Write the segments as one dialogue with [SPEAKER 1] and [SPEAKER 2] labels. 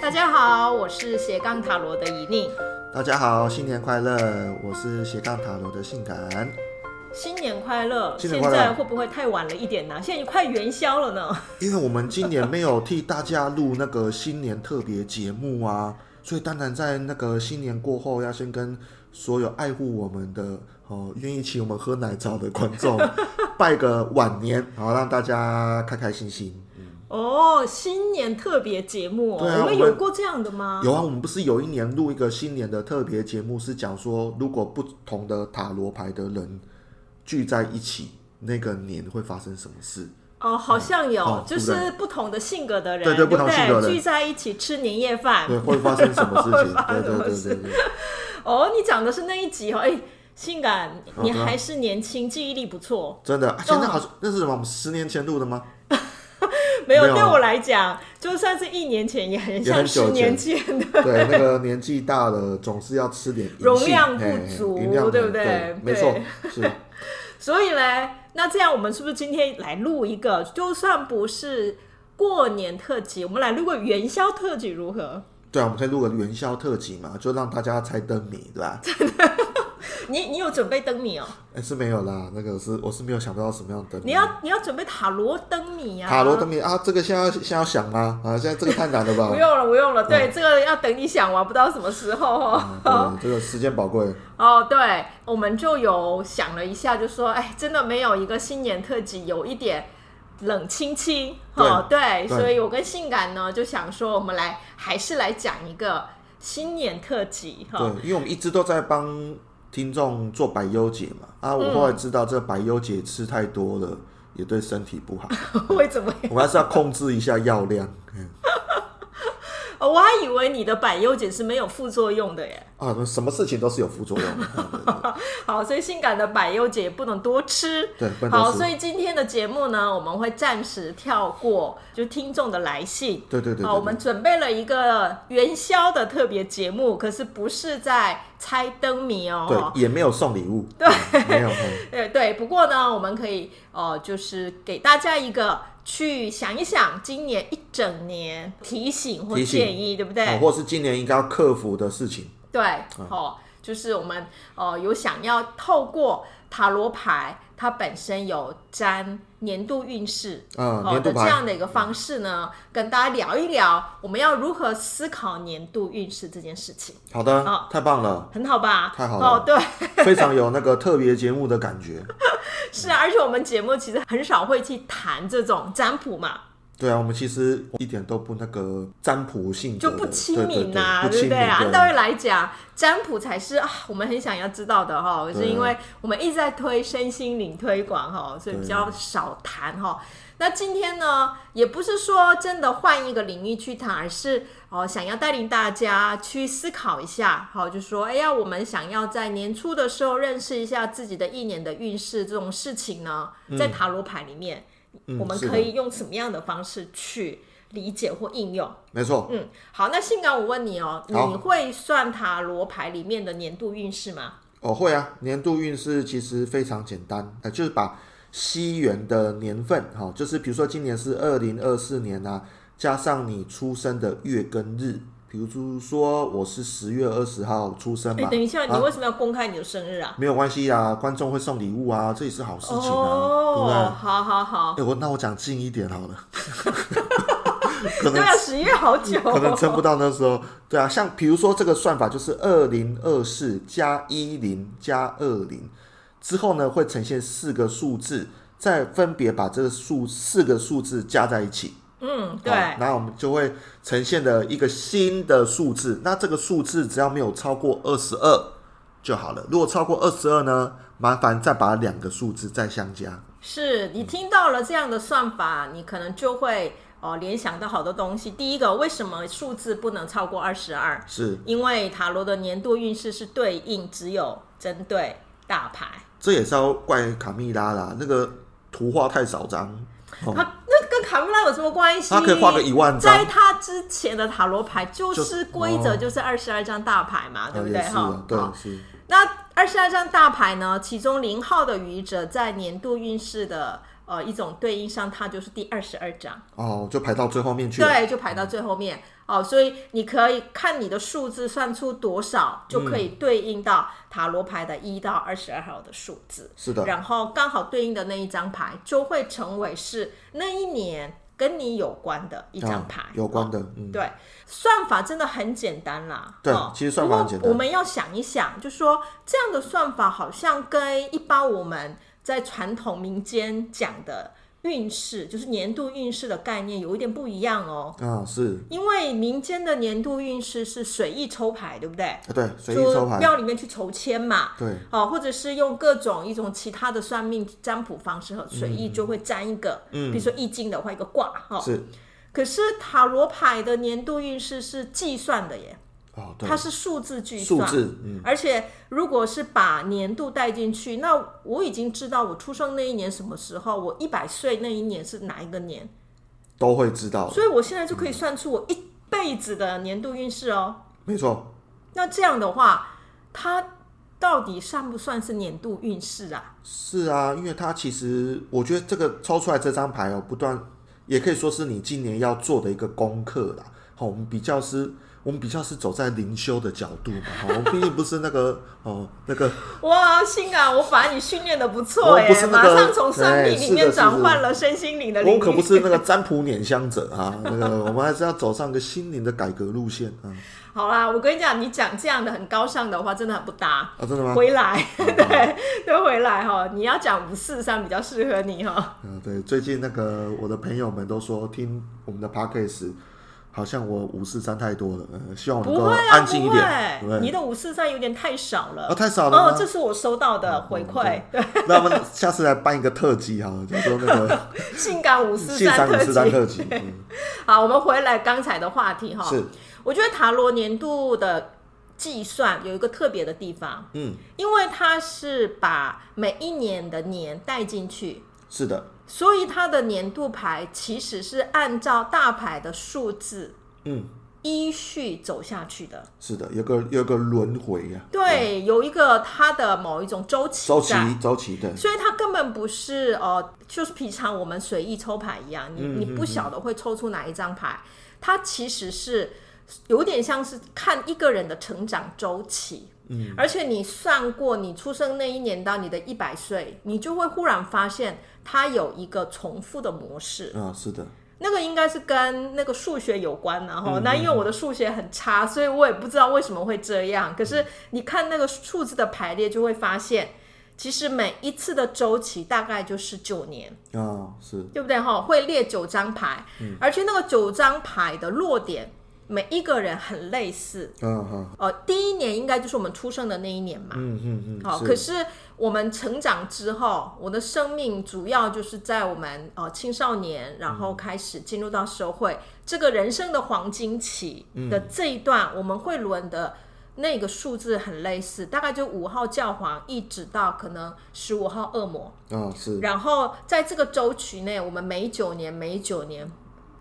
[SPEAKER 1] 大家好，我是斜杠塔罗的怡宁。
[SPEAKER 2] 大家好，新年快乐！我是斜杠塔罗的性感。
[SPEAKER 1] 新年快乐！
[SPEAKER 2] 新
[SPEAKER 1] 现
[SPEAKER 2] 年快乐
[SPEAKER 1] 在会不会太晚了一点呢、现在已经快元宵了 呢。
[SPEAKER 2] 因为我们今年没有替大家录那个新年特别节目啊，所以当然在那个新年过后，要先跟所有爱护我们的哦，愿意请我们喝奶茶的观众 拜个晚年，好让大家开开心心。
[SPEAKER 1] 哦，新年特别节目、哦，
[SPEAKER 2] 对啊
[SPEAKER 1] 我们
[SPEAKER 2] 我们
[SPEAKER 1] 有过这样的吗？
[SPEAKER 2] 有啊，我们不是有一年录一个新年的特别节目，是讲说如果不同的塔罗牌的人聚在一起，那个年会发生什么事？
[SPEAKER 1] 哦，好像有，
[SPEAKER 2] 哦
[SPEAKER 1] 就
[SPEAKER 2] 对不
[SPEAKER 1] 是不同的性格的人，
[SPEAKER 2] 对对
[SPEAKER 1] 不
[SPEAKER 2] 不同性格的人
[SPEAKER 1] 聚在一起吃年夜饭。
[SPEAKER 2] 对，会发生什么 事
[SPEAKER 1] 会
[SPEAKER 2] 情？
[SPEAKER 1] 发生
[SPEAKER 2] 对
[SPEAKER 1] 什
[SPEAKER 2] 对
[SPEAKER 1] 么
[SPEAKER 2] 对
[SPEAKER 1] 事
[SPEAKER 2] 对对。
[SPEAKER 1] 哦，你讲的是那一集哦，哎，性感，
[SPEAKER 2] 哦
[SPEAKER 1] 你
[SPEAKER 2] 对啊
[SPEAKER 1] 还是年轻，记忆力不错。
[SPEAKER 2] 真的，啊现在好像那是什么？我们十年前录的吗？
[SPEAKER 1] 没有，
[SPEAKER 2] 没有
[SPEAKER 1] 对我来讲，就算是一年前，也很
[SPEAKER 2] 也
[SPEAKER 1] 像
[SPEAKER 2] 很久
[SPEAKER 1] 十年
[SPEAKER 2] 前
[SPEAKER 1] 前的。
[SPEAKER 2] 对，那个年纪大了，总是要吃点银杏
[SPEAKER 1] 容量不
[SPEAKER 2] 嘿嘿
[SPEAKER 1] 足
[SPEAKER 2] 容量
[SPEAKER 1] 对不对
[SPEAKER 2] 对？
[SPEAKER 1] 对
[SPEAKER 2] 没错，是。
[SPEAKER 1] 所以嘞，那这样我们是不是今天来录一个，就算不是过年特辑，我们来录个元宵特辑如何？
[SPEAKER 2] 对啊，我们可以录个元宵特辑嘛，就让大家猜灯谜，对吧？
[SPEAKER 1] 你你有准备灯谜哦？
[SPEAKER 2] 哎，是没有啦，那个是我是没有想到什么样的灯谜。
[SPEAKER 1] 你要你要准备塔罗灯谜啊？
[SPEAKER 2] 塔罗灯谜啊，这个现在要现在要想吗？啊，现在这个太难了吧
[SPEAKER 1] 不？用了，不用了。对，这个要等你想啊完，不知道什么时候哦。
[SPEAKER 2] 啊，对，这个时间宝贵。
[SPEAKER 1] 哦，对，我们就有想了一下，就说，哎，真的没有一个新年特辑，有一点冷清清，哦，对，
[SPEAKER 2] 对
[SPEAKER 1] 所以我跟性感呢就想说，我们来还是来讲一个新年特辑，哦哈、
[SPEAKER 2] 对，因为我们一直都在帮听众做百忧解嘛。
[SPEAKER 1] 嗯
[SPEAKER 2] 啊，我后来知道这百忧解吃太多了，也对身体不好。
[SPEAKER 1] 为什么？
[SPEAKER 2] 我们还是要控制一下药量。嗯
[SPEAKER 1] 哦，我还以为你的百忧解是没有副作用的耶。
[SPEAKER 2] 啊，什么事情都是有副作用 的。嗯对
[SPEAKER 1] 好，所以性感的百忧解不能多吃。
[SPEAKER 2] 对，不能
[SPEAKER 1] 好，
[SPEAKER 2] 多
[SPEAKER 1] 所
[SPEAKER 2] 吃。
[SPEAKER 1] 以今天的节目呢，我们会暂时跳过，就听众的来信。
[SPEAKER 2] 对对对对
[SPEAKER 1] 好，我们准备了一个元宵的特别节目，可是不是在猜灯谜哦。
[SPEAKER 2] 对
[SPEAKER 1] 哦
[SPEAKER 2] 对也没有送礼物，对，没有。嗯
[SPEAKER 1] 对对，不过呢，我们可以呃，就是给大家一个去想一想今年一整年提醒或
[SPEAKER 2] 提醒
[SPEAKER 1] 建议，对不对？
[SPEAKER 2] 哦或是今年应该要克服的事情，
[SPEAKER 1] 对，
[SPEAKER 2] 嗯
[SPEAKER 1] 哦，就是我们呃有想要透过塔罗牌，它本身有占年度运势。
[SPEAKER 2] 啊，
[SPEAKER 1] 哦
[SPEAKER 2] 年
[SPEAKER 1] 的
[SPEAKER 2] 度
[SPEAKER 1] 这
[SPEAKER 2] 牌，
[SPEAKER 1] 样的一个方式呢，跟大家聊一聊，我们要如何思考年度运势这件事情，
[SPEAKER 2] 好
[SPEAKER 1] 哦
[SPEAKER 2] 的，太棒了，
[SPEAKER 1] 很好吧？
[SPEAKER 2] 太好
[SPEAKER 1] 哦
[SPEAKER 2] 了，
[SPEAKER 1] 对，
[SPEAKER 2] 非常有那个特别节目的感觉。
[SPEAKER 1] 是啊，而且我们节目其实很少会去谈这种占卜嘛，
[SPEAKER 2] 对啊，我们其实一点都不那个占卜性格
[SPEAKER 1] 就
[SPEAKER 2] 的，
[SPEAKER 1] 不亲民呐、
[SPEAKER 2] 对对
[SPEAKER 1] 对不
[SPEAKER 2] 对不亲民
[SPEAKER 1] 对啊？按
[SPEAKER 2] 对
[SPEAKER 1] 道理来讲，占卜才是啊，我们很想要知道的哈、
[SPEAKER 2] 对啊
[SPEAKER 1] 是因为我们一直在推身心灵推广哈、所以比较少谈哈、那今天呢，也不是说真的换一个领域去谈，而是哦，想要带领大家去思考一下，好、就说哎呀，我们想要在年初的时候认识一下自己的一年的运势这种事情呢，在塔罗牌里面，
[SPEAKER 2] 嗯
[SPEAKER 1] 我们
[SPEAKER 2] 是的
[SPEAKER 1] 可以用什么样的方式去理解或应用？
[SPEAKER 2] 没错，
[SPEAKER 1] 嗯，好，那性感，我问你哦，
[SPEAKER 2] 好
[SPEAKER 1] 你会算塔罗牌里面的年度运势吗？
[SPEAKER 2] 哦，会啊，年度运势其实非常简单，呃，就是把西元的年份，哈、就是比如说今年是二零二四年啊，加上你出生的月跟日，比如说我是十月二十号出生
[SPEAKER 1] 哎、
[SPEAKER 2] 嘛，
[SPEAKER 1] 等一下，
[SPEAKER 2] 啊
[SPEAKER 1] 你为什么要公开你的生日啊？
[SPEAKER 2] 没有关系啊，观众会送礼物啊，这也是好事情啊，对不对？
[SPEAKER 1] 哦，好好好，
[SPEAKER 2] 哎、我那我讲近一点好 了， 可
[SPEAKER 1] 对
[SPEAKER 2] 能
[SPEAKER 1] 啊，十月好久、
[SPEAKER 2] 可能
[SPEAKER 1] 哦，
[SPEAKER 2] 撑不到那时候。对啊，像比如说这个算法就是二零二四加一零加二零之后呢，会呈现四个数字，再分别把这个数四个数字加在一起。
[SPEAKER 1] 嗯，
[SPEAKER 2] 好
[SPEAKER 1] 对，
[SPEAKER 2] 然后我们就会呈现的一个新的数字。那这个数字只要没有超过二十二就好了。如果超过二十二呢，麻烦再把两个数字再相加。
[SPEAKER 1] 是你听到了这样的算法，你可能就会哦联想到好多东西。第一个，为什么数字不能超过二十二？
[SPEAKER 2] 是，
[SPEAKER 1] 因为塔罗的年度运势是对应只有针对大牌。
[SPEAKER 2] 这也是要怪卡蜜拉啦，那个图画太少张。哦
[SPEAKER 1] 他那跟卡蜜拉有什么关系？
[SPEAKER 2] 他可以画个一万张
[SPEAKER 1] 在他之前的塔罗牌就是
[SPEAKER 2] 就
[SPEAKER 1] 规则，
[SPEAKER 2] 哦
[SPEAKER 1] 就是二十二张大牌嘛，对不对？
[SPEAKER 2] 也是
[SPEAKER 1] 哈
[SPEAKER 2] 啊，，对
[SPEAKER 1] 好，
[SPEAKER 2] 是，
[SPEAKER 1] 那二十二张大牌呢，其中零号的愚者在年度运势的呃一种对应上，它就是第二十二章。
[SPEAKER 2] 哦，就排到最后面去了。
[SPEAKER 1] 对，就排到最后面哦，所以你可以看你的数字算出多少，就可以对应到塔罗牌的一到二十二号的数字，
[SPEAKER 2] 是的，
[SPEAKER 1] 然后刚好对应的那一张牌就会成为是那一年跟你有关的一张牌
[SPEAKER 2] 啊，有关的，嗯，
[SPEAKER 1] 对，算法真的很简单啦。
[SPEAKER 2] 对
[SPEAKER 1] 哦
[SPEAKER 2] 其实算法很简单
[SPEAKER 1] 不过我们要想一想，就说这样的算法好像跟一般我们在传统民间讲的运势，就是年度运势的概念有一点不一样哦。
[SPEAKER 2] 啊，是，
[SPEAKER 1] 因为民间的年度运势是随意抽牌，对不对？
[SPEAKER 2] 啊对，随意
[SPEAKER 1] 就
[SPEAKER 2] 抽牌，
[SPEAKER 1] 庙里面去抽签嘛。
[SPEAKER 2] 对，
[SPEAKER 1] 哦，或者是用各种一种其他的算命占卜方式
[SPEAKER 2] 嗯
[SPEAKER 1] 和随意就会占一个，嗯，比如说易经的话一个卦哈、哦。
[SPEAKER 2] 是，
[SPEAKER 1] 可是塔罗牌的年度运势是计算的耶，
[SPEAKER 2] 哦，
[SPEAKER 1] 它
[SPEAKER 2] 对，
[SPEAKER 1] 是数字计
[SPEAKER 2] 数
[SPEAKER 1] 算，
[SPEAKER 2] 字，嗯，
[SPEAKER 1] 而且如果是把年度带进去，那我已经知道我出生那一年什么时候，我一百岁那一年是哪一个年，
[SPEAKER 2] 都会知道，
[SPEAKER 1] 所以我现在就可以算出我一辈子的年度运势哦。
[SPEAKER 2] 没错，
[SPEAKER 1] 那这样的话，它到底算不算是年度运势啊？
[SPEAKER 2] 是啊，因为它其实我觉得这个抽出来这张牌哦，不断也可以说是你今年要做的一个功课啦。哦好，我们比较是，我们比较是走在灵修的角度嘛，哦好，我们毕竟不是那个哦那个
[SPEAKER 1] 哇，幸啊，我把你训练的不错耶，
[SPEAKER 2] 我不是那个
[SPEAKER 1] 马上从生命里
[SPEAKER 2] 哎是的
[SPEAKER 1] 面转换了身心灵的领域。
[SPEAKER 2] 我可不是那个占卜碾香者啊，那个我们还是要走上个心灵的改革路线啊
[SPEAKER 1] 好啦，我跟你讲，你讲这样的很高尚的话，真的很不搭。
[SPEAKER 2] 啊，真的吗？
[SPEAKER 1] 回来， 对，都回来哈、你要讲五四三比较适合你哈、
[SPEAKER 2] 嗯，对，最近那个我的朋友们都说听我们的 podcast，好像我五四三太多了，呃，希望我能
[SPEAKER 1] 不
[SPEAKER 2] 够
[SPEAKER 1] 会啊，
[SPEAKER 2] 安静一
[SPEAKER 1] 不
[SPEAKER 2] 点，对
[SPEAKER 1] 会，
[SPEAKER 2] 不
[SPEAKER 1] 你
[SPEAKER 2] 对？
[SPEAKER 1] 的五四三有点太少了。
[SPEAKER 2] 哦，太少了
[SPEAKER 1] 哦，
[SPEAKER 2] 吗？嗯
[SPEAKER 1] 这是我收到的回馈，
[SPEAKER 2] 那我们下次来办一个特辑好了，就说那个
[SPEAKER 1] 性感五四
[SPEAKER 2] 信
[SPEAKER 1] 三
[SPEAKER 2] 三五
[SPEAKER 1] 特
[SPEAKER 2] 四三
[SPEAKER 1] 辑。
[SPEAKER 2] 特辑，嗯
[SPEAKER 1] 好，我们回来刚才的话题哈、
[SPEAKER 2] 是，
[SPEAKER 1] 我觉得塔罗年度的计算有一个特别的地方，
[SPEAKER 2] 嗯，
[SPEAKER 1] 因为它是把每一年的年带进去，
[SPEAKER 2] 是的，
[SPEAKER 1] 所以它的年度牌其实是按照大牌的数字
[SPEAKER 2] 嗯，
[SPEAKER 1] 依序走下去的。
[SPEAKER 2] 是的，有个有个轮回呀、
[SPEAKER 1] 对，有一个它的某一种周期
[SPEAKER 2] 周期
[SPEAKER 1] 在，
[SPEAKER 2] 周期对，
[SPEAKER 1] 所以它根本不是呃，就是平常我们随意抽牌一样，你
[SPEAKER 2] 嗯
[SPEAKER 1] 你不晓得会抽出哪一张牌，它其实是有点像是看一个人的成长周期。嗯，而且你算过你出生那一年到你的一百岁，你就会忽然发现它有一个重复的模式。
[SPEAKER 2] 啊、是的，
[SPEAKER 1] 那个应该是跟那个数学有关、啊然后、嗯那因为我的数学很差，所以我也不知道为什么会这样。可是你看那个数字的排列，就会发现，其实每一次的周期大概就是九年，
[SPEAKER 2] 啊、是
[SPEAKER 1] 对不对？哈，会列九张牌，而且那个九张牌的落点，每一个人很类似。
[SPEAKER 2] 啊哈，
[SPEAKER 1] 呃，第一年应该就是我们出生的那一年嘛。
[SPEAKER 2] 嗯嗯
[SPEAKER 1] 好，
[SPEAKER 2] 嗯，
[SPEAKER 1] 可
[SPEAKER 2] 是
[SPEAKER 1] 是我们成长之后，我的生命主要就是在我们呃青少年，然
[SPEAKER 2] 嗯
[SPEAKER 1] 后开始进入到社会、这个人生的黄金期
[SPEAKER 2] 嗯
[SPEAKER 1] 的这一段，我们会轮的那个数字很类似，大概就五号教皇一直到可能十五号恶魔，
[SPEAKER 2] 啊、是
[SPEAKER 1] 然后在这个周期内，我们每九年每九年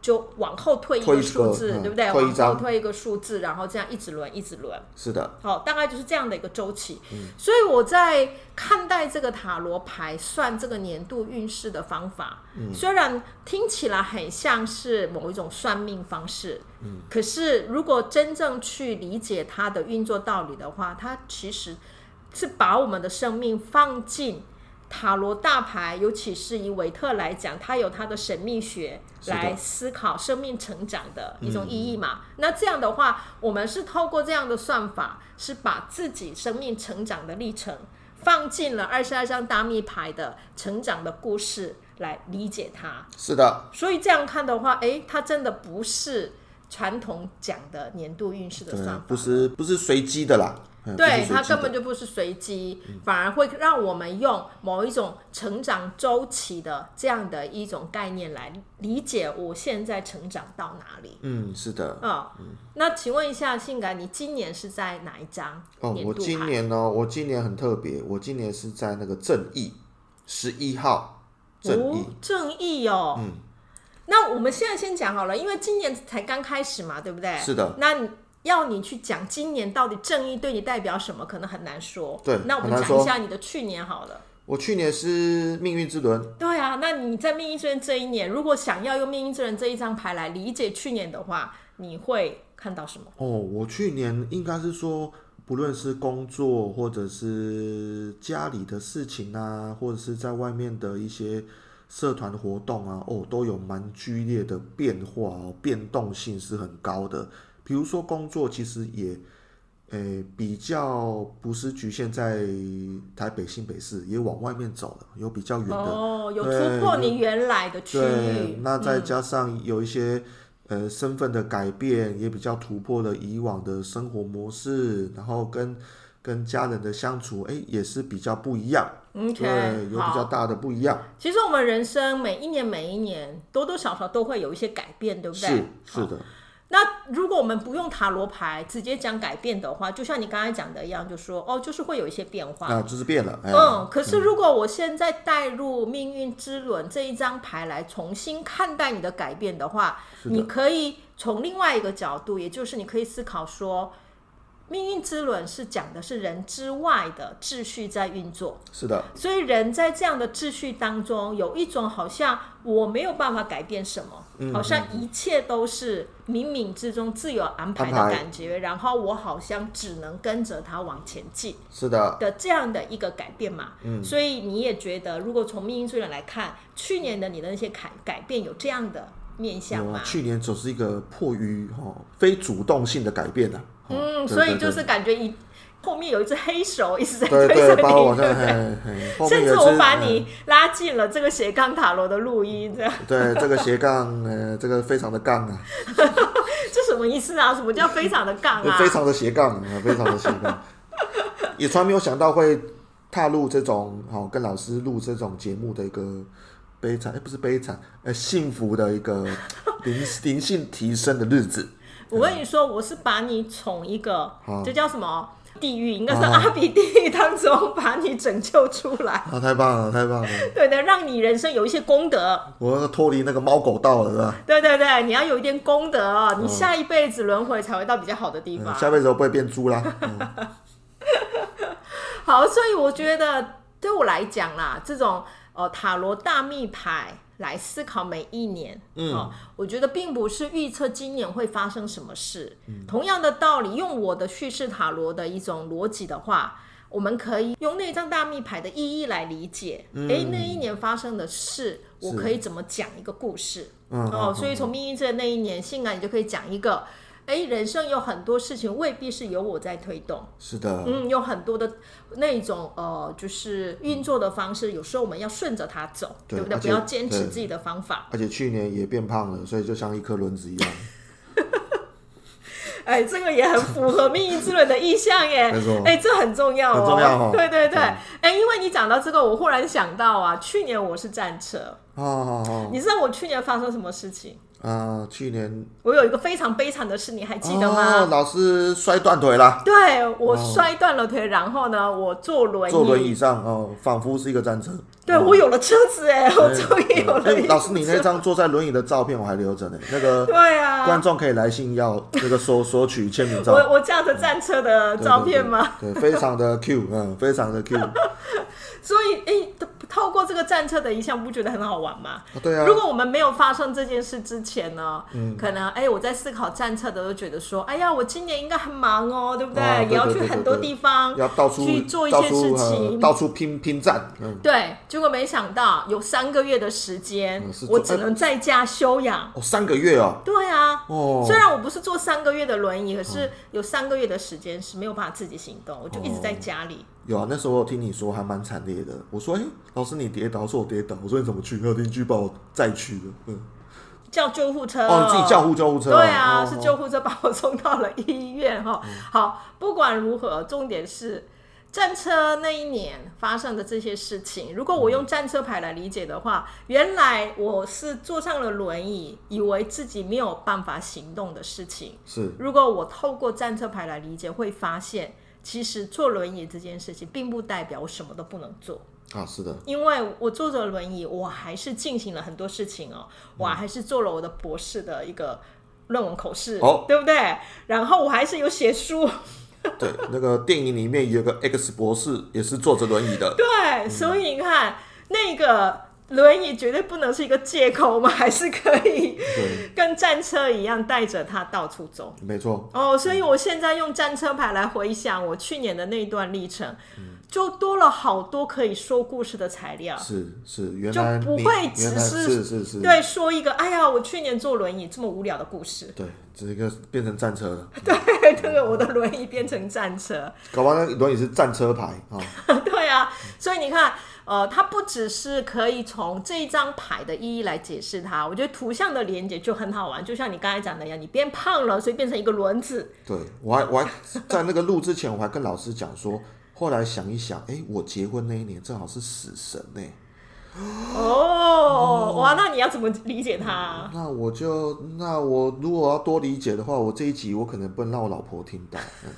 [SPEAKER 1] 就往后退一
[SPEAKER 2] 退
[SPEAKER 1] 个
[SPEAKER 2] 一
[SPEAKER 1] 数
[SPEAKER 2] 个
[SPEAKER 1] 字，
[SPEAKER 2] 嗯
[SPEAKER 1] 对不对？
[SPEAKER 2] 退一
[SPEAKER 1] 往后
[SPEAKER 2] 张
[SPEAKER 1] 退一个数字，然后这样一直轮一直轮。
[SPEAKER 2] 是的，
[SPEAKER 1] 好，大概就是这样的一个周期。所以我在看待这个塔罗牌算这个年度运势的方法，虽然听起来很像是某一种算命方式，可是如果真正去理解它的运作道理的话，它其实是把我们的生命放进。塔罗大牌，尤其是以维特来讲，它有它的神秘学
[SPEAKER 2] 是的嗯
[SPEAKER 1] 来思考生命成长的一种意义嘛。那这样的话，我们是透过这样的算法，是把自己生命成长的历程放进了二十二张大密牌的成长的故事来理解它。
[SPEAKER 2] 是的，
[SPEAKER 1] 所以这样看的话，诶，它真的不是传统讲的年度运势的
[SPEAKER 2] 对
[SPEAKER 1] 算法，，
[SPEAKER 2] 嗯不是不是随机的啦，嗯不
[SPEAKER 1] 对，
[SPEAKER 2] 是随
[SPEAKER 1] 它
[SPEAKER 2] 机
[SPEAKER 1] 根
[SPEAKER 2] 的
[SPEAKER 1] 本就不是随机，反而会让我们用某一种成长周期的这样的一种概念来理解我现在成长到哪里。
[SPEAKER 2] 嗯，是的，
[SPEAKER 1] 嗯，那请问一下，性感，你今年是在哪一张
[SPEAKER 2] 哦，
[SPEAKER 1] 呃年
[SPEAKER 2] 我
[SPEAKER 1] 度
[SPEAKER 2] 今
[SPEAKER 1] 牌
[SPEAKER 2] 年呢、我今年很特别，我今年是在那个正义十一号正义嗯
[SPEAKER 1] 哦，正义哦。那我们现在先讲好了，因为今年才刚开始嘛，对不对？
[SPEAKER 2] 是的。
[SPEAKER 1] 那你要你去讲今年到底正义对你代表什么，可能很难说。
[SPEAKER 2] 对
[SPEAKER 1] 那我们
[SPEAKER 2] 很难
[SPEAKER 1] 讲一
[SPEAKER 2] 说
[SPEAKER 1] 下你的去年好了。
[SPEAKER 2] 我去年是命运之轮，
[SPEAKER 1] 对啊，那你在命运之轮这一年，如果想要用命运之轮这一张牌来理解去年的话，你会看到什么？
[SPEAKER 2] 哦，我去年应该是说，不论是工作或者是家里的事情啊，或者是在外面的一些社团活动啊，哦，都有蛮剧烈的变化哦，变动性是很高的。比如说工作，其实也，呃，比较不是局限在台北新北市，也往外面走了，有比较远的。
[SPEAKER 1] 哦，有
[SPEAKER 2] 对
[SPEAKER 1] 突破你原来的区
[SPEAKER 2] 对
[SPEAKER 1] 域，，
[SPEAKER 2] 那再加上有一些、呃身份的改变，也比较突破了以往的生活模式，然后跟跟家人的相处，哎，也是比较不一样。对，
[SPEAKER 1] OK，
[SPEAKER 2] 有比较
[SPEAKER 1] 好。
[SPEAKER 2] 大的不一样。
[SPEAKER 1] 其实我们人生每一年每一年多多少少都会有一些改变，对不对？
[SPEAKER 2] 是
[SPEAKER 1] 好
[SPEAKER 2] 是的，
[SPEAKER 1] 那如果我们不用塔罗牌直接讲改变的话，就像你刚才讲的一样，就说哦，就是会有一些变化。
[SPEAKER 2] 啊，就是变了。哎、
[SPEAKER 1] 嗯，可是如果我现在带入命运之轮这一张牌来重新看待你的改变的话，
[SPEAKER 2] 是的
[SPEAKER 1] 你可以从另外一个角度，也就是你可以思考说，命运之轮是讲的是人之外的秩序在运作。
[SPEAKER 2] 是的，
[SPEAKER 1] 所以人在这样的秩序当中，有一种好像我没有办法改变什么，
[SPEAKER 2] 嗯
[SPEAKER 1] 好像一切都是冥冥之中自有安排的
[SPEAKER 2] 安排
[SPEAKER 1] 感觉，然后我好像只能跟着它往前进
[SPEAKER 2] 是的，
[SPEAKER 1] 的这样的一个改变嘛。
[SPEAKER 2] 嗯
[SPEAKER 1] 所以你也觉得，如果从命运之轮来看，去年的你的那些改改变有这样的面向
[SPEAKER 2] 有
[SPEAKER 1] 吗
[SPEAKER 2] 啊。？去年总是一个迫于哦非主动性的改变的、啊。哦
[SPEAKER 1] 嗯，
[SPEAKER 2] 对
[SPEAKER 1] 所以
[SPEAKER 2] 对
[SPEAKER 1] 就是感觉一后面有一只黑手一直在
[SPEAKER 2] 对
[SPEAKER 1] 推
[SPEAKER 2] 对
[SPEAKER 1] 着
[SPEAKER 2] 对，把我往
[SPEAKER 1] 你，
[SPEAKER 2] 上，嘿嘿，后面
[SPEAKER 1] 甚至
[SPEAKER 2] 有一
[SPEAKER 1] 我
[SPEAKER 2] 只
[SPEAKER 1] 把
[SPEAKER 2] 嗯
[SPEAKER 1] 你拉进了这个斜杠塔罗的录音，这样。
[SPEAKER 2] 哎对这个斜杠，呃，这个非常的杠啊。
[SPEAKER 1] 这什么意思啊？什么叫非常的杠啊？
[SPEAKER 2] 非常的斜杠，呃非常的斜杠，也从来没有想到会踏入这种好、跟老师录这种节目的一个悲惨，哎、不是悲惨，呃，幸福的 一个灵灵性提升的日子。
[SPEAKER 1] 我跟你说，我是把你从一个
[SPEAKER 2] 好
[SPEAKER 1] 这叫什么地狱，应该是
[SPEAKER 2] 好
[SPEAKER 1] 阿比地狱当中把你拯救出来，
[SPEAKER 2] 啊，太棒了，太棒了！
[SPEAKER 1] 对的，让你人生有一些功德。
[SPEAKER 2] 我要脱离那个猫狗道了，是吧？
[SPEAKER 1] 对对对，你要有一点功德，哦你下一辈子轮回才会到比较好的地
[SPEAKER 2] 嗯
[SPEAKER 1] 方。
[SPEAKER 2] 下辈子我不会变猪啦。嗯
[SPEAKER 1] 好，所以我觉得对我来讲啦，这种呃塔罗大密牌来思考每一年，嗯、我觉得并不是预测今年会发生什么事。
[SPEAKER 2] 嗯
[SPEAKER 1] 同样的道理，用我的叙事塔罗的一种逻辑的话。我们可以用那张大密牌的意义来理解，
[SPEAKER 2] 嗯
[SPEAKER 1] 诶，那一年发生的事，我可以怎么讲一个故事？
[SPEAKER 2] 嗯
[SPEAKER 1] 哦，所以从命运之的那一年，性感你就可以讲一个，诶，人生有很多事情未必是由我在推动，
[SPEAKER 2] 是的，
[SPEAKER 1] 嗯，有很多的那种呃，就是运作的方式，有时候我们要顺着它走，
[SPEAKER 2] 对
[SPEAKER 1] 不对？
[SPEAKER 2] 而
[SPEAKER 1] 不
[SPEAKER 2] 且
[SPEAKER 1] 要坚持
[SPEAKER 2] 对
[SPEAKER 1] 自己的方法。
[SPEAKER 2] 而且去年也变胖了，所以就像一颗轮子一样。
[SPEAKER 1] 哎，这个也很符合命运之轮的意向耶
[SPEAKER 2] 没错。
[SPEAKER 1] 哎，这很重要哦。
[SPEAKER 2] 很重要哦
[SPEAKER 1] 对对对。
[SPEAKER 2] 嗯
[SPEAKER 1] 哎，因为你讲到这个，我忽然想到啊，去年我是战车，
[SPEAKER 2] 哦哦
[SPEAKER 1] 你知道我去年发生什么事情？
[SPEAKER 2] 哦，啊，去年
[SPEAKER 1] 我有一个非常悲惨的事，你还记得吗？
[SPEAKER 2] 哦老师摔断腿啦。
[SPEAKER 1] 对我
[SPEAKER 2] 哦
[SPEAKER 1] 摔断了腿，然后呢，我坐轮
[SPEAKER 2] 坐轮椅上哦，仿佛是一个战车。
[SPEAKER 1] 对我有了车子哎，我
[SPEAKER 2] 对
[SPEAKER 1] 终于有了
[SPEAKER 2] 哎
[SPEAKER 1] 一。
[SPEAKER 2] 老师，你那张坐在轮椅的照片我还留着呢，那个
[SPEAKER 1] 对啊，
[SPEAKER 2] 观众可以来信要那个索索取签名照。
[SPEAKER 1] 我我架着战车的
[SPEAKER 2] 对
[SPEAKER 1] 照片吗？？
[SPEAKER 2] 对，对对非常的 Q，嗯，非常的 Q。啊
[SPEAKER 1] 所以，诶，透过这个战车的影响，不觉得很好玩吗？
[SPEAKER 2] 对啊
[SPEAKER 1] 如，果我们没有发生这件事之前呢，
[SPEAKER 2] 嗯
[SPEAKER 1] 可能哎、我在思考战策的，都觉得说，哎呀，我今年应该很忙哦，对不
[SPEAKER 2] 啊对
[SPEAKER 1] 也要
[SPEAKER 2] 对
[SPEAKER 1] 去
[SPEAKER 2] 对
[SPEAKER 1] 很
[SPEAKER 2] 对
[SPEAKER 1] 多
[SPEAKER 2] 对
[SPEAKER 1] 地方
[SPEAKER 2] 要到处
[SPEAKER 1] 去做一
[SPEAKER 2] 到
[SPEAKER 1] 些
[SPEAKER 2] 处
[SPEAKER 1] 事
[SPEAKER 2] 呃
[SPEAKER 1] 情。
[SPEAKER 2] 到处拼拼战，嗯，
[SPEAKER 1] 对，结果没想到有三个月的时间，
[SPEAKER 2] 嗯是
[SPEAKER 1] 我
[SPEAKER 2] 做
[SPEAKER 1] 只能在家休养。
[SPEAKER 2] 哦，三个月哦，
[SPEAKER 1] 对啊，
[SPEAKER 2] 哦
[SPEAKER 1] 虽然我不是坐三个月的轮椅，可是有三个月的时间是没有办法自己行动，我就一直
[SPEAKER 2] 哦
[SPEAKER 1] 在家里。
[SPEAKER 2] 有啊，那时候我听你说还蛮惨烈的。我说，哎，老师你跌倒，我说我跌倒，我说你怎么去？然后邻居把我载去了，嗯，
[SPEAKER 1] 叫救护车
[SPEAKER 2] 哦，你自己叫护救护车哦，
[SPEAKER 1] 对啊，
[SPEAKER 2] 哦
[SPEAKER 1] 是
[SPEAKER 2] 哦
[SPEAKER 1] 救护车把我送到了医院哈。好，不管如何，重点是战车那一年发生的这些事情。如果我用战车牌来理解的话，原来我是坐上了轮椅，以为自己没有办法行动的事情。
[SPEAKER 2] 是
[SPEAKER 1] 如果我透过战车牌来理解，会发现其实坐轮椅这件事情，并不代表我什么都不能做。
[SPEAKER 2] 啊，是的，
[SPEAKER 1] 因为我坐着轮椅，我还是进行了很多事情
[SPEAKER 2] 嗯
[SPEAKER 1] 哦，我还是做了我的博士的一个论文口试，
[SPEAKER 2] 哦嗯
[SPEAKER 1] 对不对？然后我还是有写书，
[SPEAKER 2] 对，那个电影里面有个 X 博士也是坐着轮椅的，
[SPEAKER 1] 对，所以你看那个轮椅绝对不能是一个借口，我们还是可以
[SPEAKER 2] 对，
[SPEAKER 1] 跟战车一样带着它到处走。
[SPEAKER 2] 没错，
[SPEAKER 1] 哦，所以我现在用战车牌来回想我去年的那一段历程，就多了好多可以说故事的材料。
[SPEAKER 2] 嗯是是，原来
[SPEAKER 1] 就不
[SPEAKER 2] 你
[SPEAKER 1] 会
[SPEAKER 2] 原
[SPEAKER 1] 只
[SPEAKER 2] 来
[SPEAKER 1] 是
[SPEAKER 2] 是是是，
[SPEAKER 1] 对，说一个，哎呀，我去年坐轮椅这么无聊的故事，
[SPEAKER 2] 对，这个变成战车了，
[SPEAKER 1] 这个我的轮椅变成战车，
[SPEAKER 2] 搞完那轮椅是战车牌啊、
[SPEAKER 1] 对啊，所以你看，呃，它不只是可以从这一张牌的意义来解释它，我觉得图像的连接就很好玩，就像你刚才讲的一样，你变胖了，所以变成一个轮子，
[SPEAKER 2] 对我还我还在那个录之前，我还跟老师讲说，后来想一想，哎、我结婚那一年正好是死神呢、
[SPEAKER 1] 哦，哇，那你要怎么理解它啊、
[SPEAKER 2] 那我就那我如果要多理解的话，我这一集我可能不能让我老婆听到。嗯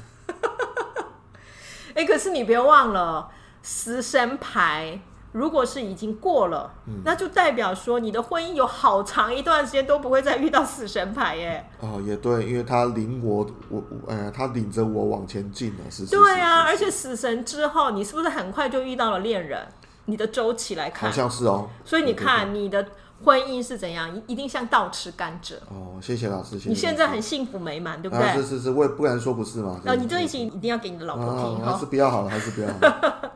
[SPEAKER 1] 哎、可是你别忘了，死神牌如果是已经过了，那就代表说你的婚姻有好长一段时间都不会再遇到死神牌耶。
[SPEAKER 2] 哦，也对，因为他领我，我，我呃，他领着我往前进了，是是是，
[SPEAKER 1] 对啊，
[SPEAKER 2] 是
[SPEAKER 1] 而且死神之后，你是不是很快就遇到了恋人？你的周期来
[SPEAKER 2] 好
[SPEAKER 1] 看，
[SPEAKER 2] 像是哦。
[SPEAKER 1] 所以你
[SPEAKER 2] 对对
[SPEAKER 1] 看你的婚姻是怎样，一一定像倒吃甘蔗。
[SPEAKER 2] 对哦，谢谢老师，谢谢
[SPEAKER 1] 你现在
[SPEAKER 2] 老
[SPEAKER 1] 很
[SPEAKER 2] 师
[SPEAKER 1] 幸福美满，对不
[SPEAKER 2] 啊，是
[SPEAKER 1] 对？
[SPEAKER 2] 是是，我也不敢说不是嘛。
[SPEAKER 1] 那
[SPEAKER 2] 对
[SPEAKER 1] 你这一集一定要给你的老婆
[SPEAKER 2] 啊
[SPEAKER 1] 听，
[SPEAKER 2] 还
[SPEAKER 1] 哈。
[SPEAKER 2] 是不要好了，还是不要好 了。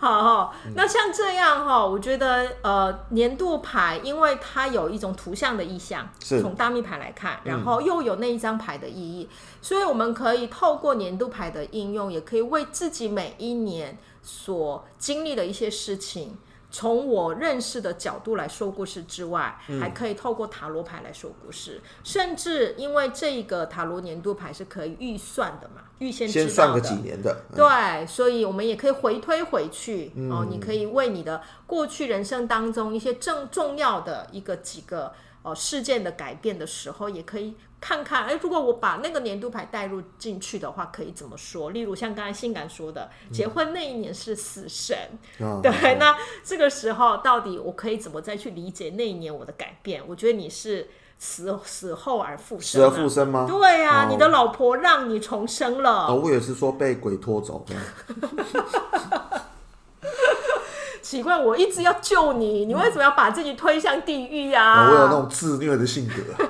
[SPEAKER 1] 好哈，
[SPEAKER 2] 嗯
[SPEAKER 1] 那像这样哈，我觉得呃，年度牌因为它有一种图像的意象，
[SPEAKER 2] 是嗯
[SPEAKER 1] 从大密牌来看，然后又有那一张牌的意义，所以我们可以透过年度牌的应用，也可以为自己每一年所经历的一些事情。从我认识的角度来说故事之外，
[SPEAKER 2] 嗯
[SPEAKER 1] 还可以透过塔罗牌来说故事，甚至因为这个塔罗年度牌是可以预算的嘛，预先
[SPEAKER 2] 先
[SPEAKER 1] 知
[SPEAKER 2] 算
[SPEAKER 1] 道
[SPEAKER 2] 个
[SPEAKER 1] 的
[SPEAKER 2] 几年的，
[SPEAKER 1] 对，所以我们也可以回推回去、
[SPEAKER 2] 嗯
[SPEAKER 1] 哦，你可以为你的过去人生当中一些正重要的一个几个呃事件的改变的时候，也可以看看，哎，如果我把那个年度牌带入进去的话，可以怎么说？例如像刚才性感说的，
[SPEAKER 2] 嗯
[SPEAKER 1] 结婚那一年是死神，
[SPEAKER 2] 啊，
[SPEAKER 1] 对，那这个时候到底我可以怎么再去理解那一年我的改变？我觉得你是死死后而复生、
[SPEAKER 2] 死
[SPEAKER 1] 啊，
[SPEAKER 2] 而复生吗？
[SPEAKER 1] 对呀、
[SPEAKER 2] 哦
[SPEAKER 1] 你的老婆让你重生了。
[SPEAKER 2] 哦，我也是说被鬼拖走
[SPEAKER 1] 啊
[SPEAKER 2] 的。
[SPEAKER 1] 奇怪，我一直要救你，你为什么要把自己推向地狱呀、
[SPEAKER 2] 啊
[SPEAKER 1] 啊？
[SPEAKER 2] 我有那种自虐的性格，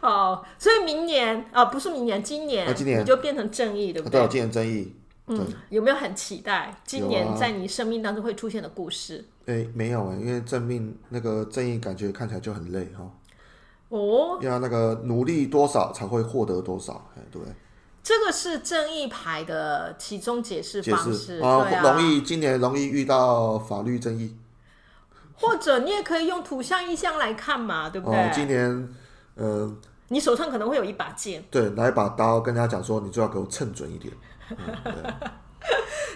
[SPEAKER 2] 啊
[SPEAKER 1] 哦，所以明年啊、呃不是明年，今年，
[SPEAKER 2] 啊今年啊
[SPEAKER 1] 你就变成正义，对不
[SPEAKER 2] 对，
[SPEAKER 1] 对？
[SPEAKER 2] 有见人争议。
[SPEAKER 1] 嗯
[SPEAKER 2] 对，
[SPEAKER 1] 有没有很期待今
[SPEAKER 2] 有
[SPEAKER 1] 年
[SPEAKER 2] 啊
[SPEAKER 1] 在你生命当中会出现的故事？
[SPEAKER 2] 哎、没有哎、因为正命那个正义感觉看起来就很累哈、
[SPEAKER 1] 哦，
[SPEAKER 2] 要那个努力多少才会获得多少，哎、对不对？
[SPEAKER 1] 这个是正义牌的其中解释
[SPEAKER 2] 解
[SPEAKER 1] 方
[SPEAKER 2] 释
[SPEAKER 1] 式，对啊，
[SPEAKER 2] 容易今年容易遇到法律争议
[SPEAKER 1] 或者你也可以用图像意象来看嘛，对不
[SPEAKER 2] 哦、
[SPEAKER 1] 对？
[SPEAKER 2] 今年，呃，
[SPEAKER 1] 你手上可能会有一把剑，
[SPEAKER 2] 对，拿一把刀跟人家讲说，你最好给我称准一点，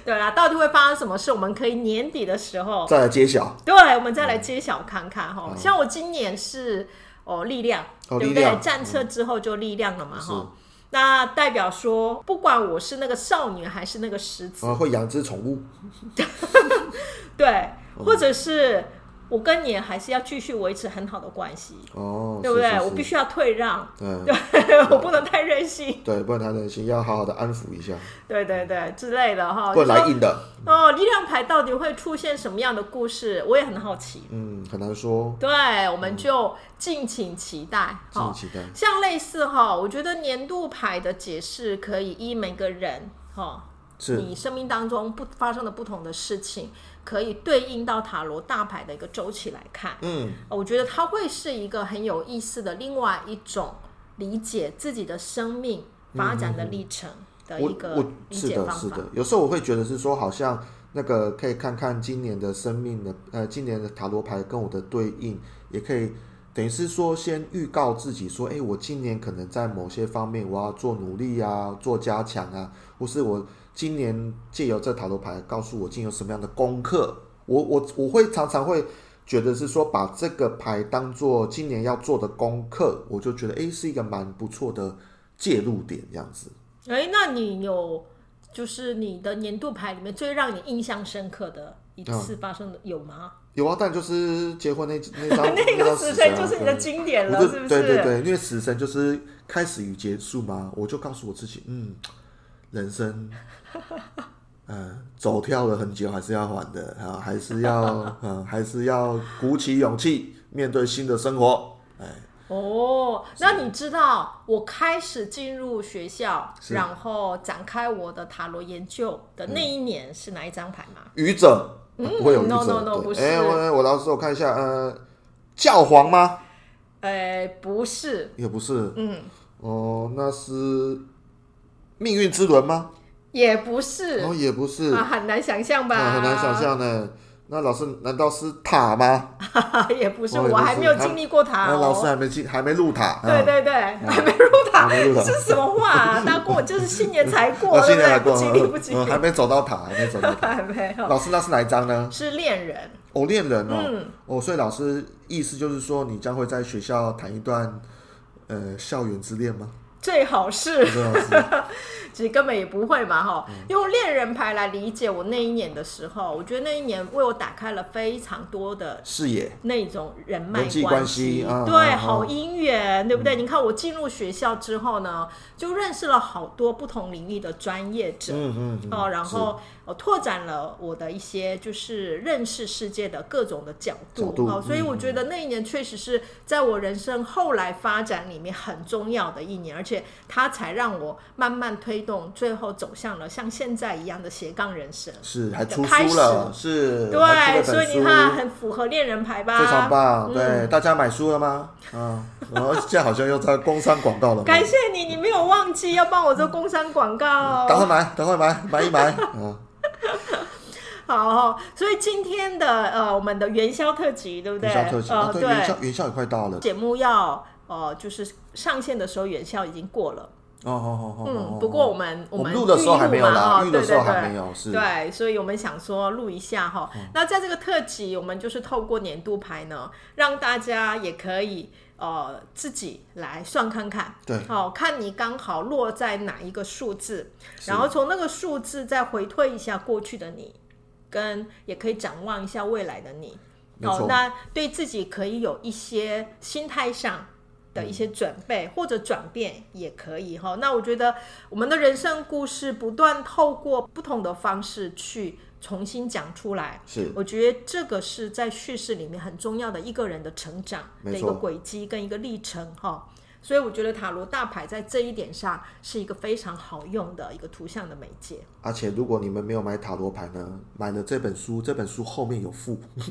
[SPEAKER 1] 对啦，到底会发生什么事？我们可以年底的时候，
[SPEAKER 2] 再来揭晓。
[SPEAKER 1] 对，我们再来揭晓看看哈。像我今年是哦力量，
[SPEAKER 2] 哦
[SPEAKER 1] 对不
[SPEAKER 2] 力
[SPEAKER 1] 对？
[SPEAKER 2] 量嗯
[SPEAKER 1] 战车之后就力量了嘛
[SPEAKER 2] 是
[SPEAKER 1] 哈。那代表说，不管我是那个少女还是那个狮子，
[SPEAKER 2] 啊、会养只宠物，
[SPEAKER 1] 对，
[SPEAKER 2] 哦
[SPEAKER 1] 或者是我跟你还是要继续维持很好的关系，
[SPEAKER 2] 哦，
[SPEAKER 1] 对不对？
[SPEAKER 2] 是是
[SPEAKER 1] 我必
[SPEAKER 2] 是
[SPEAKER 1] 须要退让，
[SPEAKER 2] 嗯，
[SPEAKER 1] 我不能太任性，
[SPEAKER 2] 对，不然他的心要好好的安抚一下，
[SPEAKER 1] 对对对之类的哈。
[SPEAKER 2] 不
[SPEAKER 1] 就
[SPEAKER 2] 然来
[SPEAKER 1] 说
[SPEAKER 2] 硬的，
[SPEAKER 1] 哦，力量牌到底会出现什么样的故事？我也很好奇。
[SPEAKER 2] 嗯，很难说，
[SPEAKER 1] 对，我
[SPEAKER 2] 嗯
[SPEAKER 1] 们就敬请期待。
[SPEAKER 2] 敬
[SPEAKER 1] 哈。
[SPEAKER 2] 请期待。
[SPEAKER 1] 像类似哈，我觉得年度牌的解释可以依每个人哈，
[SPEAKER 2] 是
[SPEAKER 1] 你生命当中不发生的不同的事情，可以对应到塔罗大牌的一个周期来看。
[SPEAKER 2] 嗯，
[SPEAKER 1] 呃我觉得它会是一个很有意思的另外一种理解自己的生命发展的历程的
[SPEAKER 2] 我
[SPEAKER 1] 一个
[SPEAKER 2] 我
[SPEAKER 1] 理
[SPEAKER 2] 是
[SPEAKER 1] 解
[SPEAKER 2] 的，
[SPEAKER 1] 方
[SPEAKER 2] 是
[SPEAKER 1] 法
[SPEAKER 2] 的。。有时候我会觉得是说，好像那个可以看看今年的生命的呃，今年的塔罗牌跟我的对应，也可以等于是说先预告自己说，哎、我今年可能在某些方面我要做努力啊，做加强啊，或是我今年借由这塔罗牌告诉我今年有什么样的功课。我我我会常常会。觉得是说把这个牌当做今年要做的功课，我就觉得诶是一个蛮不错的介入点这样子。
[SPEAKER 1] 哎，那你有就是你的年度牌里面最让你印象深刻的一
[SPEAKER 2] 哦
[SPEAKER 1] 次发生的、有吗？
[SPEAKER 2] 有啊，但就是结婚那那张
[SPEAKER 1] 那个
[SPEAKER 2] 张
[SPEAKER 1] 死
[SPEAKER 2] 死
[SPEAKER 1] 神
[SPEAKER 2] 神
[SPEAKER 1] 就是你的经典了，
[SPEAKER 2] 啊我就是
[SPEAKER 1] 不是？
[SPEAKER 2] 对对对，因为死神就是开始与结束嘛，我就告诉我自己，嗯，人生，嗯，走跳了很久，还是要还的啊，还是要，嗯，还是要鼓起勇气面对新的生活。哎，
[SPEAKER 1] 哦，那你知道我开始进入学校，
[SPEAKER 2] 是
[SPEAKER 1] 然后展开我的塔罗研究的那一年是哪一张牌吗？
[SPEAKER 2] 愚者、啊不会有愚者
[SPEAKER 1] no, no, no，
[SPEAKER 2] 对
[SPEAKER 1] 嗯不是
[SPEAKER 2] 哎、我我老师我看一下，呃，教皇吗？嗯
[SPEAKER 1] 呃，不是，
[SPEAKER 2] 也不是，
[SPEAKER 1] 嗯，
[SPEAKER 2] 哦、那是命运之轮吗？
[SPEAKER 1] 也不是，
[SPEAKER 2] 哦，也不是，
[SPEAKER 1] 啊，很难想象吧？
[SPEAKER 2] 啊很难想象呢。那老师难道是塔吗？
[SPEAKER 1] 象， 也不是，
[SPEAKER 2] 哦也
[SPEAKER 1] 我
[SPEAKER 2] 不是
[SPEAKER 1] 还没有经历过它
[SPEAKER 2] 那
[SPEAKER 1] 哦。
[SPEAKER 2] 老师还没进，还没入塔。啊
[SPEAKER 1] 对对对，还没入塔，
[SPEAKER 2] 还没入塔
[SPEAKER 1] 是什么话啊？那过就是新年才过，
[SPEAKER 2] 我
[SPEAKER 1] 对
[SPEAKER 2] 新
[SPEAKER 1] 不
[SPEAKER 2] 年来
[SPEAKER 1] 对？
[SPEAKER 2] 过
[SPEAKER 1] 不，吉利，不吉
[SPEAKER 2] 嗯
[SPEAKER 1] 利
[SPEAKER 2] 还，没走到塔，还没走到塔。
[SPEAKER 1] 还 没有，
[SPEAKER 2] 老师，那是哪一张呢？
[SPEAKER 1] 是恋人，
[SPEAKER 2] 哦，恋人哦，
[SPEAKER 1] 嗯
[SPEAKER 2] 哦，所以老师意思就是说，你将会在学校谈一段呃校园之恋吗？
[SPEAKER 1] 最好是。嗯
[SPEAKER 2] 对，老师，
[SPEAKER 1] 其实根本也不会嘛，哈。用恋人牌来理解我那一年的时候，我觉得那一年为我打开了非常多的
[SPEAKER 2] 视野
[SPEAKER 1] 那种人脉
[SPEAKER 2] 人际
[SPEAKER 1] 关
[SPEAKER 2] 关系啊
[SPEAKER 1] 对，
[SPEAKER 2] 啊啊
[SPEAKER 1] 好姻缘，对不对？你看我进入学校之后呢，就认识了好多不同领域的专业者。
[SPEAKER 2] 嗯嗯嗯
[SPEAKER 1] 哦，然后我拓展了我的一些就是认识世界的各种的角度
[SPEAKER 2] 角度嗯
[SPEAKER 1] 哦，所以我觉得那一年确实是在我人生后来发展里面很重要的一年，而且它才让我慢慢推动，最后走向了像现在一样的斜杠人生。
[SPEAKER 2] 是还出
[SPEAKER 1] 开
[SPEAKER 2] 书
[SPEAKER 1] 始
[SPEAKER 2] 了，是
[SPEAKER 1] 对，
[SPEAKER 2] 还出
[SPEAKER 1] 所
[SPEAKER 2] 了
[SPEAKER 1] 以
[SPEAKER 2] 本
[SPEAKER 1] 你
[SPEAKER 2] 书
[SPEAKER 1] 看，啊嗯很符合恋人牌吧？
[SPEAKER 2] 非常棒，对，大家买书了吗？啊，然后现在好像又在工商广告了嘛，
[SPEAKER 1] 感谢你，你没有忘记要帮我做工商广告哦。
[SPEAKER 2] 赶快买，赶快买，买一买啊！
[SPEAKER 1] 好、所以今天的呃，我们的元宵特辑，对不对？
[SPEAKER 2] 元宵特辑，
[SPEAKER 1] 呃，
[SPEAKER 2] 啊对，元宵元宵也快到了，
[SPEAKER 1] 节目要呃，就是上线的时候元宵已经过了。
[SPEAKER 2] 哦哦哦哦哦
[SPEAKER 1] 嗯，，不过我们
[SPEAKER 2] 我
[SPEAKER 1] 们
[SPEAKER 2] 们录的时候还没有啦，
[SPEAKER 1] 预录
[SPEAKER 2] 录
[SPEAKER 1] 嘛
[SPEAKER 2] 的
[SPEAKER 1] 哦
[SPEAKER 2] 时
[SPEAKER 1] 对对对
[SPEAKER 2] 候还没有，是，嗯
[SPEAKER 1] 对，所以我们想说录一下哈。那在这个特辑，我们就是透过年度牌呢，让大家也可以呃自己来算看看，
[SPEAKER 2] 对
[SPEAKER 1] 好、看你刚好落在哪一个数字，
[SPEAKER 2] 是
[SPEAKER 1] 然后从那个数字再回推一下过去的你，跟也可以展望一下未来的你。
[SPEAKER 2] 没
[SPEAKER 1] 哦
[SPEAKER 2] 错，
[SPEAKER 1] 那对自己可以有一些心态上的一些
[SPEAKER 2] 嗯
[SPEAKER 1] 准备、或者转变也可以哈、那我觉得我们的人生故事不断透过不同的方式去重新讲出来，
[SPEAKER 2] 是
[SPEAKER 1] 我觉得这个是在叙事里面很重要的一个人的成长
[SPEAKER 2] 没
[SPEAKER 1] 的
[SPEAKER 2] 错
[SPEAKER 1] 一个轨迹跟一个历程哈、所以我觉得塔罗大牌在这一点上是一个非常好用的一个图像的媒介。
[SPEAKER 2] 而且如果你们没有买塔罗牌呢，买了这本书，这本书后面有附，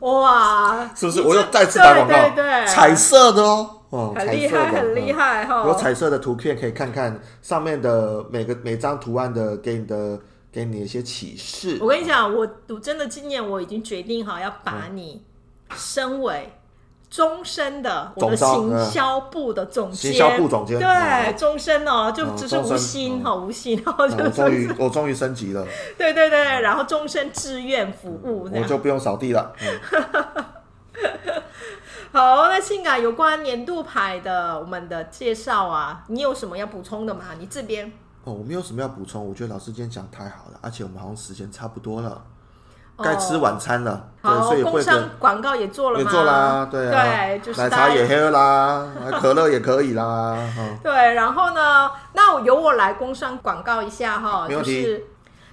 [SPEAKER 1] 哇，
[SPEAKER 2] 是不是？
[SPEAKER 1] 你
[SPEAKER 2] 我又
[SPEAKER 1] 这
[SPEAKER 2] 再次打广
[SPEAKER 1] 对
[SPEAKER 2] 告
[SPEAKER 1] 对对，，
[SPEAKER 2] 彩色的哦，哦，
[SPEAKER 1] 很厉
[SPEAKER 2] 彩色
[SPEAKER 1] 害，
[SPEAKER 2] 的
[SPEAKER 1] 很厉。
[SPEAKER 2] 嗯
[SPEAKER 1] 害哦哈、
[SPEAKER 2] 有彩色的图片可以看看，上面的每个每张图案的给你的给你一些启示。
[SPEAKER 1] 我跟你讲，我我真的今年我已经决定好要把
[SPEAKER 2] 嗯
[SPEAKER 1] 你升为终身的我的
[SPEAKER 2] 总招
[SPEAKER 1] 行销部的总监，
[SPEAKER 2] 行销部总监
[SPEAKER 1] 对，
[SPEAKER 2] 嗯
[SPEAKER 1] 终身哦，就
[SPEAKER 2] 嗯
[SPEAKER 1] 只是
[SPEAKER 2] 终身
[SPEAKER 1] 无心
[SPEAKER 2] 嗯
[SPEAKER 1] 哈，无心，然后
[SPEAKER 2] 啊我
[SPEAKER 1] 就
[SPEAKER 2] 终
[SPEAKER 1] 是
[SPEAKER 2] 于我终于升级了，
[SPEAKER 1] 对对对，然后终身志愿服务这
[SPEAKER 2] 嗯我
[SPEAKER 1] 样。
[SPEAKER 2] 就不用扫地了。嗯
[SPEAKER 1] 好，那性感有关年度牌的我们的介绍啊，你有什么要补充的吗？你这边
[SPEAKER 2] 哦，我没有什么要补充，我觉得老师今天讲太好了，而且我们好像时间差不多了，
[SPEAKER 1] 哦
[SPEAKER 2] 该吃晚餐了，对，
[SPEAKER 1] 好
[SPEAKER 2] 所，以
[SPEAKER 1] 工
[SPEAKER 2] 会
[SPEAKER 1] 商广告也做了
[SPEAKER 2] 也
[SPEAKER 1] 吗？
[SPEAKER 2] 做啦，对啊，
[SPEAKER 1] 对，就是
[SPEAKER 2] 奶
[SPEAKER 1] 大
[SPEAKER 2] 茶
[SPEAKER 1] 家
[SPEAKER 2] 也喝啦，啊可乐也可以 啦，哦
[SPEAKER 1] 对，然后呢，那我由我来工商广告一下哈，
[SPEAKER 2] 没
[SPEAKER 1] 就
[SPEAKER 2] 问题
[SPEAKER 1] 是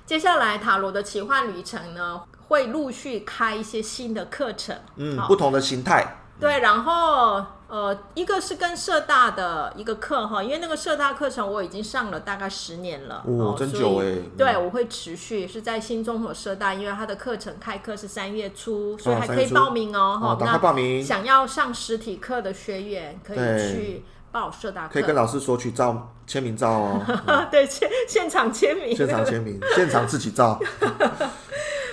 [SPEAKER 1] 接下来塔罗的奇幻旅程呢，会陆续开一些新的课程，
[SPEAKER 2] 嗯，
[SPEAKER 1] 好
[SPEAKER 2] 不同的形态，
[SPEAKER 1] 对，然后呃，一个是跟社大的一个课哈，因为那个社大课程我已经上了大概十年了，
[SPEAKER 2] 哦真
[SPEAKER 1] 所
[SPEAKER 2] 久
[SPEAKER 1] 以
[SPEAKER 2] 欸
[SPEAKER 1] 对，我会持续是在新中和社大，因为它的课程开课是三月初，所以
[SPEAKER 2] 哦
[SPEAKER 1] 还
[SPEAKER 2] 三
[SPEAKER 1] 可以
[SPEAKER 2] 月初
[SPEAKER 1] 报名哦哈、
[SPEAKER 2] 哦，赶快
[SPEAKER 1] 那
[SPEAKER 2] 报名，
[SPEAKER 1] 想要上实体课的学员可以
[SPEAKER 2] 对
[SPEAKER 1] 去报社大课，
[SPEAKER 2] 可以跟老师索取照签名 照哦，
[SPEAKER 1] 对，现现场签名。
[SPEAKER 2] 现场 签名，现场自己照，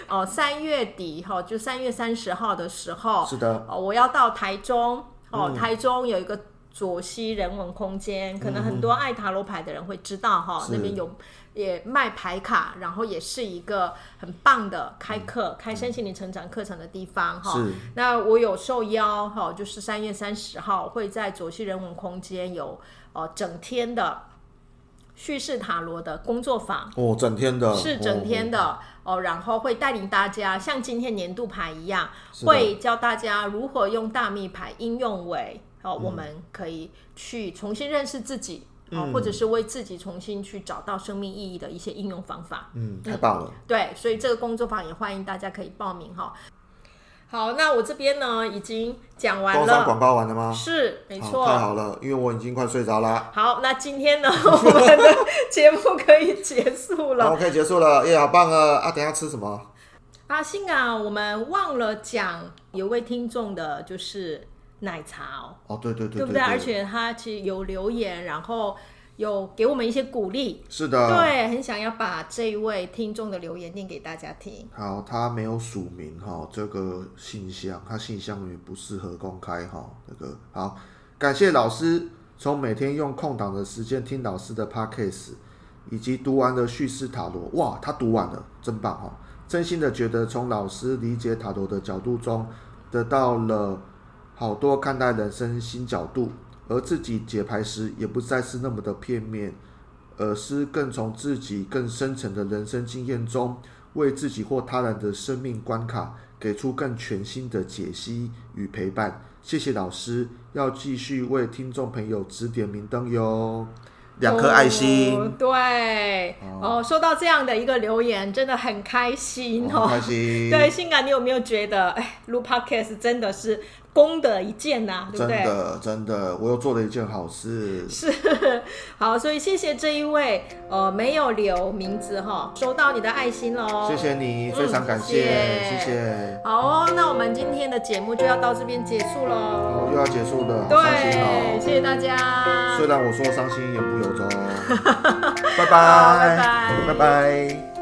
[SPEAKER 1] 哦，三月底哈、哦，就三月三十号的时候，
[SPEAKER 2] 是的，嗯
[SPEAKER 1] 哦，我要到台中哦，台中有一个左西人文空间，可能很多爱塔罗牌的人会知道哈、
[SPEAKER 2] 嗯是
[SPEAKER 1] 那边有也卖牌卡，然后也是一个很棒的开课、开身心灵成长课程的地方哈、
[SPEAKER 2] 嗯是
[SPEAKER 1] 那我有受邀哈、就是三月三十号会在左西人文空间有哦、整天的叙事塔罗的工作坊，
[SPEAKER 2] 哦，整天的
[SPEAKER 1] 是整天
[SPEAKER 2] 的，
[SPEAKER 1] 的哦，然后会带领大家像今天年度牌一样，
[SPEAKER 2] 是的
[SPEAKER 1] 会教大家如何用大密牌应用为
[SPEAKER 2] 嗯
[SPEAKER 1] 哦，我们可以去重新认识自己。哦，
[SPEAKER 2] 嗯
[SPEAKER 1] 或者是为自己重新去找到生命意义的一些应用方法。
[SPEAKER 2] 嗯，太棒了，
[SPEAKER 1] 对，所以这个工作坊也欢迎大家可以报名哈。好，那我这边呢已经讲完
[SPEAKER 2] 工商
[SPEAKER 1] 了，
[SPEAKER 2] 广告完了吗？
[SPEAKER 1] 是没
[SPEAKER 2] 好
[SPEAKER 1] 错。
[SPEAKER 2] 太好了，因为我已经快睡着啦。
[SPEAKER 1] 好，那今天呢， 我们的节目可以结束
[SPEAKER 2] 好
[SPEAKER 1] 了。
[SPEAKER 2] ，OK，结束了，耶，好棒啊！啊，等一下吃什么？
[SPEAKER 1] 阿信啊，我们忘了讲有位听众的，就是奶茶哦，
[SPEAKER 2] 哦，对对对
[SPEAKER 1] 不对？而且他其实有留言，然后有给我们一些鼓励，
[SPEAKER 2] 是的，
[SPEAKER 1] 对，很想要把这一位听众的留言念给大家听。
[SPEAKER 2] 好，他没有署名哈、这个信箱，他信箱也不适合公开哈、这个好，感谢老师从每天用空档的时间听老师的 podcast，以及读完了叙事塔罗，哇，他读完了，真棒哈、真心的觉得从老师理解塔罗的角度中，得到了好多看待人生新角度，而自己解牌时也不再是那么的片面，而是更从自己更深层的人生经验中，为自己或他人的生命关卡给出更全新的解析与陪伴。谢谢老师，要继续为听众朋友指点明灯哟。两颗爱心，
[SPEAKER 1] 哦对哦，收到这样的一个留言，真的很开心
[SPEAKER 2] 哦
[SPEAKER 1] 哦。
[SPEAKER 2] 开心，
[SPEAKER 1] 对，性感，你有没有觉得，哎，录 podcast 真的是功德一件呐、对不
[SPEAKER 2] 真
[SPEAKER 1] 对？
[SPEAKER 2] 的真的，我又做了一件好事。
[SPEAKER 1] 是， 好，所以谢谢这一位，呃，没有留名字哈、收到你的爱心喽，
[SPEAKER 2] 谢。谢你，
[SPEAKER 1] 嗯
[SPEAKER 2] 非常感谢，
[SPEAKER 1] 谢谢
[SPEAKER 2] 谢谢。
[SPEAKER 1] 好哦，那我们今天的节目就要到这边结束喽。
[SPEAKER 2] 哦好，又要结束了，好伤心
[SPEAKER 1] 对，
[SPEAKER 2] 哦。
[SPEAKER 1] 谢谢大家。
[SPEAKER 2] 虽然我说伤心，言不由衷。拜
[SPEAKER 1] 好拜
[SPEAKER 2] 拜，
[SPEAKER 1] 拜
[SPEAKER 2] 拜拜。